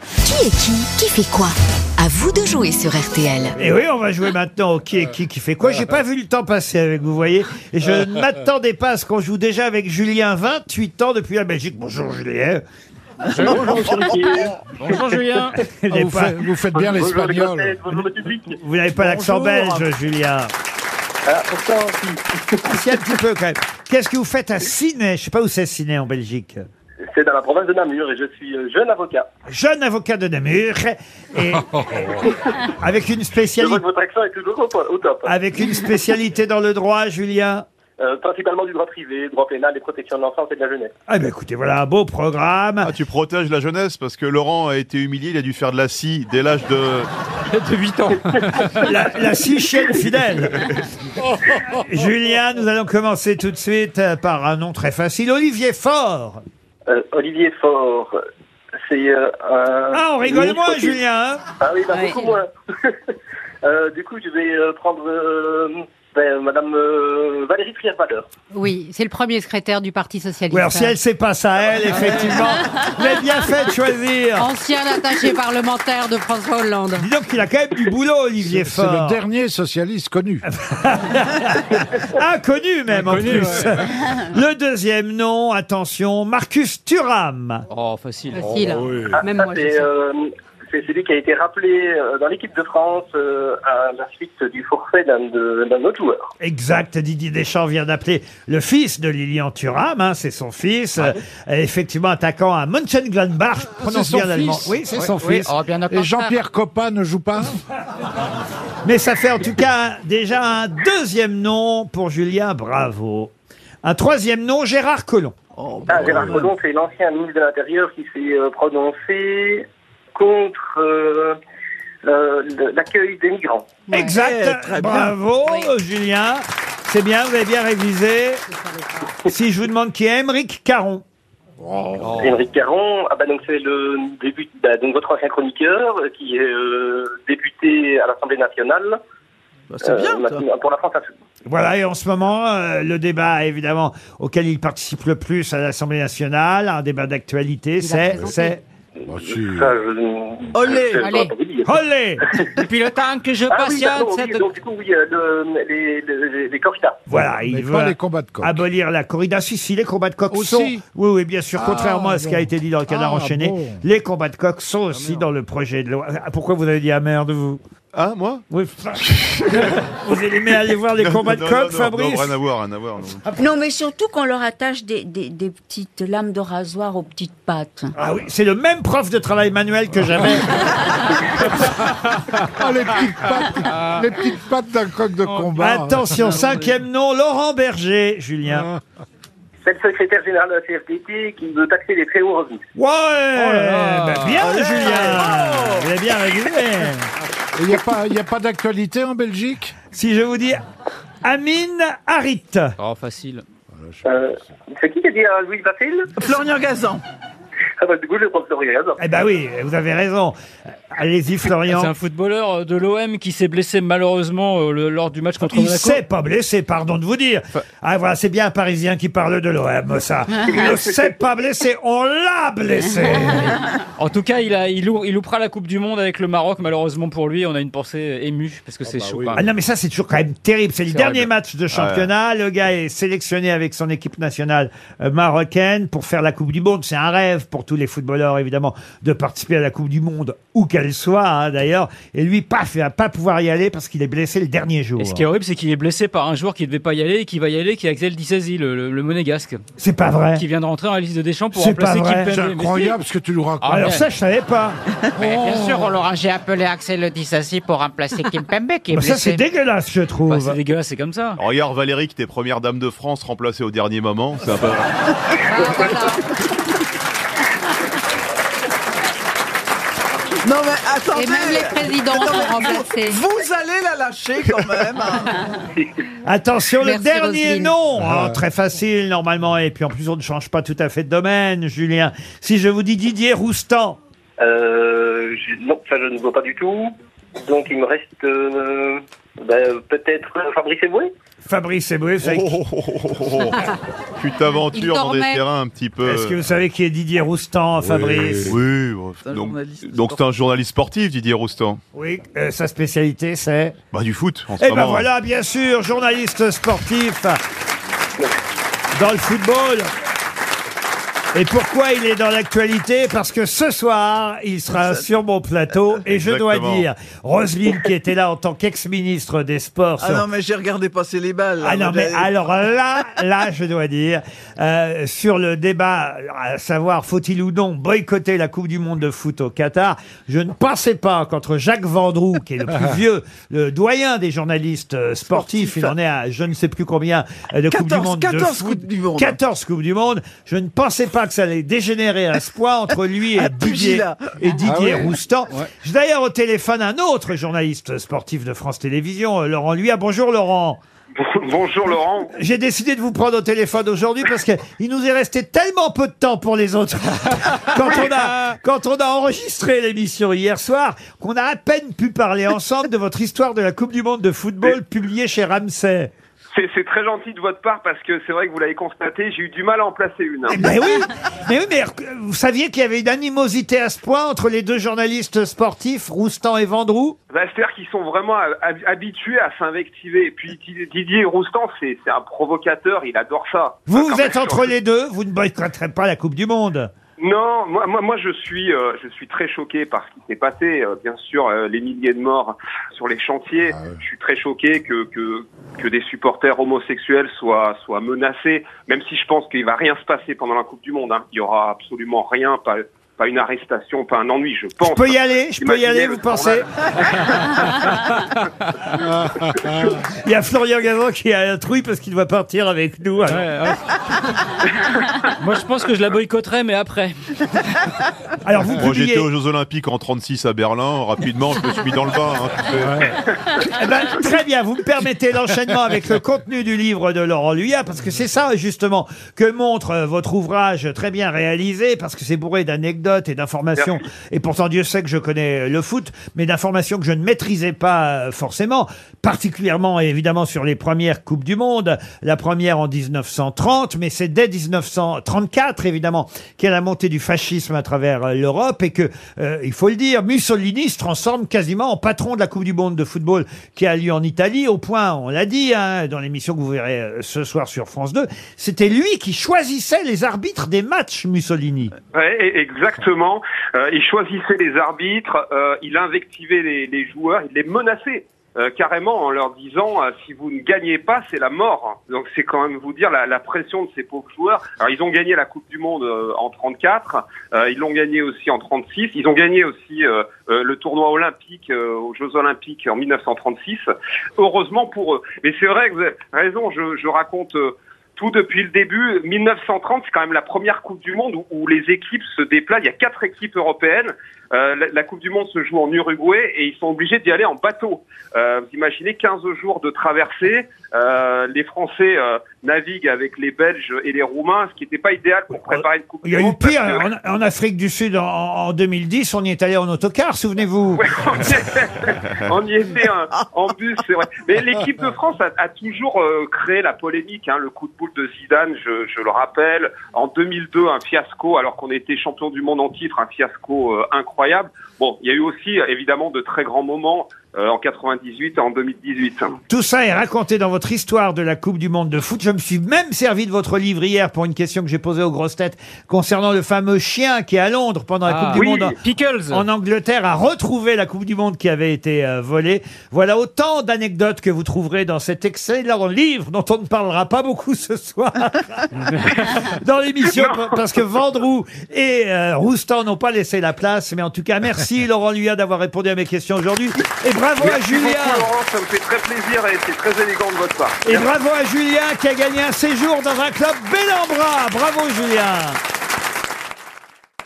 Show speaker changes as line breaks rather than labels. Qui est qui Qui fait quoi À vous de jouer sur RTL.
Et Eh oui, on va jouer maintenant au qui est qui qui fait quoi. J'ai pas vu le temps passer avec vous, voyez. Et je ne m'attendais pas à ce qu'on joue déjà avec Julien, 28 ans depuis la Belgique. Bonjour Julien.
Bonjour Julien.
Il n'est
vous,
pas-
faites- vous faites bien l'espagnol.
Vous n'avez pas l'accent
Bonjour.
belge, Julien. Ah, Si, un petit peu quand même. Qu'est-ce que vous faites à Ciné Je sais pas où c'est Ciné en Belgique.
C'est dans la province de Namur et je suis euh, jeune avocat.
Jeune avocat de Namur et avec une
Je vois que
spécialité
votre accent est toujours au, po- au top.
avec une spécialité dans le droit, Julien.
Euh, principalement du droit privé, droit pénal et protection de l'enfance et de la jeunesse.
Ah ben écoutez, voilà un beau programme.
Ah, tu protèges la jeunesse parce que Laurent a été humilié, il a dû faire de la scie dès l'âge de.
De 8 ans.
La, la scie chienne fidèle. Julien, nous allons commencer tout de suite euh, par un nom très facile, Olivier Faure.
Euh, Olivier Faure, c'est euh, un...
Ah, on rigole
ministre
moins,
qui-
Julien. hein
Ah oui, bah,
Ouais.
beaucoup moins. Euh, du coup, je vais euh, prendre euh, ben, Madame euh, Valérie Trier-Valeur.
Oui, c'est le premier secrétaire du Parti Socialiste.
Oui, alors si elle sait pas ça, elle, effectivement, vous avez bien fait de choisir.
Ancien attaché parlementaire de François Hollande.
Dis donc qu'il a quand même du boulot, Olivier
C'est le
Faure.
dernier socialiste connu.
Inconnu même, en plus. Le deuxième nom, attention, Marcus Thuram.
Oh, facile.
Facile. Même
Ah,
Ça,
moi, je
c'est,
sais.
euh, c'est celui qui a été rappelé euh, dans l'équipe de France euh, à la suite du forfait d'un de- d'un autre joueur.
Exact, Didier Deschamps vient d'appeler le fils de Lilian Thuram, hein, c'est son fils,
Ah
euh, effectivement attaquant à Mönchengladbach, Je prononce bien l'allemand. Oui, c'est son
Oui,
fils.
oh, bien
Et
d'accord.
Jean-Pierre Coppa ne joue pas
Mais ça fait en tout cas déjà un deuxième nom pour Julien Bravo. Un troisième nom, Gérard Collomb.
Ah, Gérard Collomb, c'est l'ancien ministre de l'Intérieur qui s'est euh, prononcé contre euh, euh, le- l'accueil des migrants.
Exact. Bravo, Julien. C'est bien, vous avez bien révisé. Si je vous demande qui est Émeric Caron.
Émeric Caron, ah bah donc c'est le début, bah, donc votre ancien chroniqueur euh, qui est euh, député à l'Assemblée nationale. c'est bien,
Euh,
pour la France insoumise.
Voilà, et en ce moment, euh, le débat, évidemment, auquel il participe le plus à l'Assemblée nationale, un débat d'actualité, c'est...
présenté.
c'est...
Ça, je- je- je
Allez.
pourrais pas vous dire.
Olé
Depuis le temps que je
Ah oui,
patiente,
d'accord, oui,
cette-
donc du coup, oui, euh, le- les, les, les corridas.
Voilà,
Mais
il
pas
veut
les combats de coq.
abolir la corrida. Si, si, les combats de coq
Aussi
sont... Oui, oui, bien
Ah,
sûr, contrairement à ce qui a
bon.
été dit dans le Canard
Ah,
enchaîné,
bon.
les combats de coq sont aussi dans le projet de loi. Ah, Pourquoi vous avez dit « Ah merde, vous
Ah, moi ?»
Oui, enfin, Vous aimez aller voir les combats de
Non,
coq,
non, non,
Fabrice Ah,
non, rien à voir, rien à voir. non.
Non, mais surtout qu'on leur attache des, des- des petites lames de rasoir aux petites pattes.
Ah oui, c'est le même prof de travail manuel que j'avais.
Ah, les petites pattes, les petites pattes d'un coq
Oh,
de
hein.
combat.
Attention, cinquième nom, Laurent Berger, Julien.
C'est le secrétaire général de la CFDT qui veut taxer les très hauts revenus.
Ouais,
Oh là. Oh.
bah bien Julien, vous avez bien résumé.
Il n'y a pas, il y a pas d'actualité en Belgique
Si je vous dis Amine Harit,
Oh, facile.
Euh, c'est qui qui a dit à Louis Basile
Florian Gazan.
Ah bah du coup, je pense que rien.
eh ben oui, vous avez raison. Allez-y
C'est
Florian.
un footballeur euh, de l'OM qui s'est blessé malheureusement euh, le- lors du match contre
Il
Monaco.
s'est pas blessé, pardon de vous dire. Ah voilà, c'est bien un Parisien qui parle de l'OM, ça. Il ne s'est pas blessé, on l'a blessé.
En tout cas, il, a, il, lou- il loupera la Coupe du Monde avec le Maroc. Malheureusement pour lui, on a une pensée émue parce que c'est chaud. quand
Ah
même.
non, mais ça, c'est toujours quand même terrible. C'est le
C'est
dernier
horrible.
match de championnat. Le gars est sélectionné avec son équipe nationale euh, marocaine pour faire la Coupe du Monde. C'est un rêve pour tous les footballeurs, évidemment, de participer à la Coupe du Monde, où qu'elle soit, hein, d'ailleurs. Et lui, paf, il va pas pouvoir y aller parce qu'il est blessé le dernier jour.
Et ce qui est horrible, c'est qu'il est blessé par un joueur qui ne devait pas y aller et qui va y aller, qui est Axel Dissasi, le, le, le monégasque,
C'est pas vrai.
qui vient de rentrer dans la liste de Deschamps pour
C'est pas
remplacer
vrai.
Kimpembe.
C'est
Mais si.
incroyable ce hein, que tu nous racontes.
Ah,
Alors
ouais.
ça, je savais pas.
Mais bien sûr, on l'aura. J'ai appelé Axel Dissassi pour remplacer Kim Pembe qui est
Bah, ça, c'est
blessé.
dégueulasse, je
Bah,
trouve.
c'est dégueulasse, c'est comme ça.
Regarde Valérie, qui était première dame de France, remplacée au dernier moment. C'est un
Ah,
peu.
Ah,
Non mais attendez.
Et même les présidents
Attends, mais
sont remplacés.
Vous, vous allez la lâcher quand même. hein.
Attention, le
Merci,
dernier
Roselyne.
nom. Oh, très facile, normalement. Et puis, en plus, on ne change pas tout à fait de domaine, Julien. Si je vous dis Didier Roustan.
Euh, je- non, ça je ne vois pas du tout. Donc il me reste euh, Ben, peut-être euh, Fabrice Eboué
Fabrice Eboué, c'est
Oh. Tu t'aventures dans des terrains un petit peu.
Est-ce que vous savez qui est Didier Roustan, Fabrice
Oui, bon, donc donc c'est un journaliste sportif, Didier Roustan.
Oui, euh, sa spécialité, c'est
Bah, du foot, en ce
Eh ben
moment.
voilà, bien sûr, journaliste sportif dans le football. Et pourquoi il est dans l'actualité Parce que ce soir, il sera sur mon plateau et je dois
Exactement.
dire, Roselyne qui était là en tant qu'ex-ministre des Sports.
Ah
sur-
non, mais j'ai regardé passer les balles. là.
Ah non,
Moi,
mais
j'avais-
alors là, là, je dois dire, euh, sur le débat, à savoir faut-il ou non boycotter la Coupe du Monde de foot au Qatar, je ne pensais pas qu'entre Jacques Vendroux, qui est le plus vieux, le doyen des journalistes euh, sportifs, il en est à je ne sais plus combien euh, de Coupe du
14,
Monde.
14
de foot,
Coupes du Monde.
14 Coupes du Monde. Je ne pensais pas que ça allait dégénérer à ce point entre lui et Didier,
Pugila.
et Didier
Ah ouais.
Roustan. J'ai d'ailleurs au téléphone un autre journaliste sportif de France Télévisions, euh, Laurent Luyat. Bonjour Laurent.
Bonjour Laurent.
J'ai décidé de vous prendre au téléphone aujourd'hui parce que il nous est resté tellement peu de temps pour les autres. quand on a, quand on a enregistré l'émission hier soir, qu'on a à peine pu parler ensemble de votre histoire de la Coupe du Monde de football publiée chez Ramsay.
C'est c'est très gentil de votre part parce que c'est vrai que vous l'avez constaté, j'ai eu du mal à en placer une. hein.
Mais oui, mais oui, mais rec- vous saviez qu'il y avait une animosité à ce point entre les deux journalistes sportifs, Roustan et Vendroux?
Bah, C'est-à-dire qu'ils sont vraiment euh, hab- habitués à s'invectiver. Et puis Di- Didier Roustan, c'est c'est un provocateur, il adore ça.
Vous,
Ah, Quand
vous
même,
êtes entre les deux, vous ne boycotterez pas la Coupe du Monde.
Non, moi, moi, moi, je suis, euh, je suis très choqué par ce qui s'est passé. Euh, bien sûr, euh, les milliers de morts sur les chantiers.
Ah
Je suis très choqué que, que que des supporters homosexuels soient soient menacés. Même si je pense qu'il va rien se passer pendant la Coupe du Monde. hein. Il y aura absolument rien, pas pas une arrestation, pas un ennui, je pense.
Je peux y aller, je peux y
Imaginez
aller,
le
vous pensez Il y a Florian Gazan qui a un truc parce qu'il va partir avec nous. alors.
Moi, je pense que je la boycotterais, mais après.
Alors vous
Moi j'étais
publiez-
aux Jeux Olympiques en 36 à Berlin, rapidement je me suis mis dans le bain. hein, tu sais.
Eh ben, très bien, vous me permettez l'enchaînement avec le contenu du livre de Laurent Luyat, parce que c'est ça justement que montre euh, votre ouvrage très bien réalisé, parce que c'est bourré d'anecdotes et d'informations, et pourtant Dieu sait que je connais le foot, mais d'informations que je ne maîtrisais pas euh, forcément, particulièrement évidemment sur les premières Coupes du Monde, la première en 1930, mais c'est dès 1934 évidemment qu'il y a la montée du fascisme à travers euh, l'Europe, et que, euh, il faut le dire, Mussolini se transforme quasiment en patron de la Coupe du Monde de football qui a lieu en Italie, au point, on l'a dit, hein, dans l'émission que vous verrez euh, ce soir sur France 2, c'était lui qui choisissait les arbitres des matchs, Mussolini.
Ouais, e- exactement. Euh, il choisissait les arbitres, euh, il invectivait les, les joueurs, il les menaçait euh, carrément en leur disant euh, si vous ne gagnez pas, c'est la mort. Donc c'est quand même vous dire la, la pression de ces pauvres joueurs. Alors ils ont gagné la Coupe du Monde euh, en 34, euh, ils l'ont gagné aussi en 36, ils ont gagné aussi euh, euh, le tournoi olympique euh, aux Jeux Olympiques en 1936. Heureusement pour eux. Mais c'est vrai que vous avez raison, je, je raconte. euh, tout depuis le début. 1930, c'est quand même la première Coupe du Monde où, où les équipes se déplacent. Il y a quatre équipes européennes. Euh, la, la Coupe du Monde se joue en Uruguay et ils sont obligés d'y aller en bateau. Euh, vous imaginez 15 jours de traversée. Euh, les Français euh, naviguent avec les Belges et les Roumains, ce qui n'était pas idéal pour préparer une Coupe
Euh, Il y
du
a eu
Monde. parce
pire, hein,
que-
en, en Afrique du Sud, en, en 2010, on y est allé en autocar, souvenez-vous.
On y était hein, en bus, c'est vrai. Mais l'équipe de France a, a toujours euh, créé la polémique. hein. Le coup de boule de Zidane, je, je le rappelle. En 2002, un fiasco, alors qu'on était champion du monde en titre, un fiasco euh, incroyable. Bon, il y a eu aussi, euh, évidemment, de très grands moments euh, en 98 et en 2018. hein.
Tout ça est raconté dans votre histoire de la Coupe du Monde de foot. Je me suis même servi de votre livre hier pour une question que j'ai posée aux grosses têtes concernant le fameux chien qui, à Londres, pendant la
Ah,
Coupe du
oui.
Monde en,
Pickles.
en Angleterre, a retrouvé la Coupe du Monde qui avait été euh, volée. Voilà autant d'anecdotes que vous trouverez dans cet excellent livre dont on ne parlera pas beaucoup ce soir dans l'émission
Non.
parce que Vendroux et euh, Roustan n'ont pas laissé la place. Mais en tout cas, merci Laurent Luyat d'avoir répondu à mes questions aujourd'hui et bravo à
Merci
Julien.
beaucoup, Laurent, ça me fait très plaisir et c'est très élégant de votre part.
Et bravo à Julien qui a gagné un séjour dans un club Bellambra. Bravo Julien.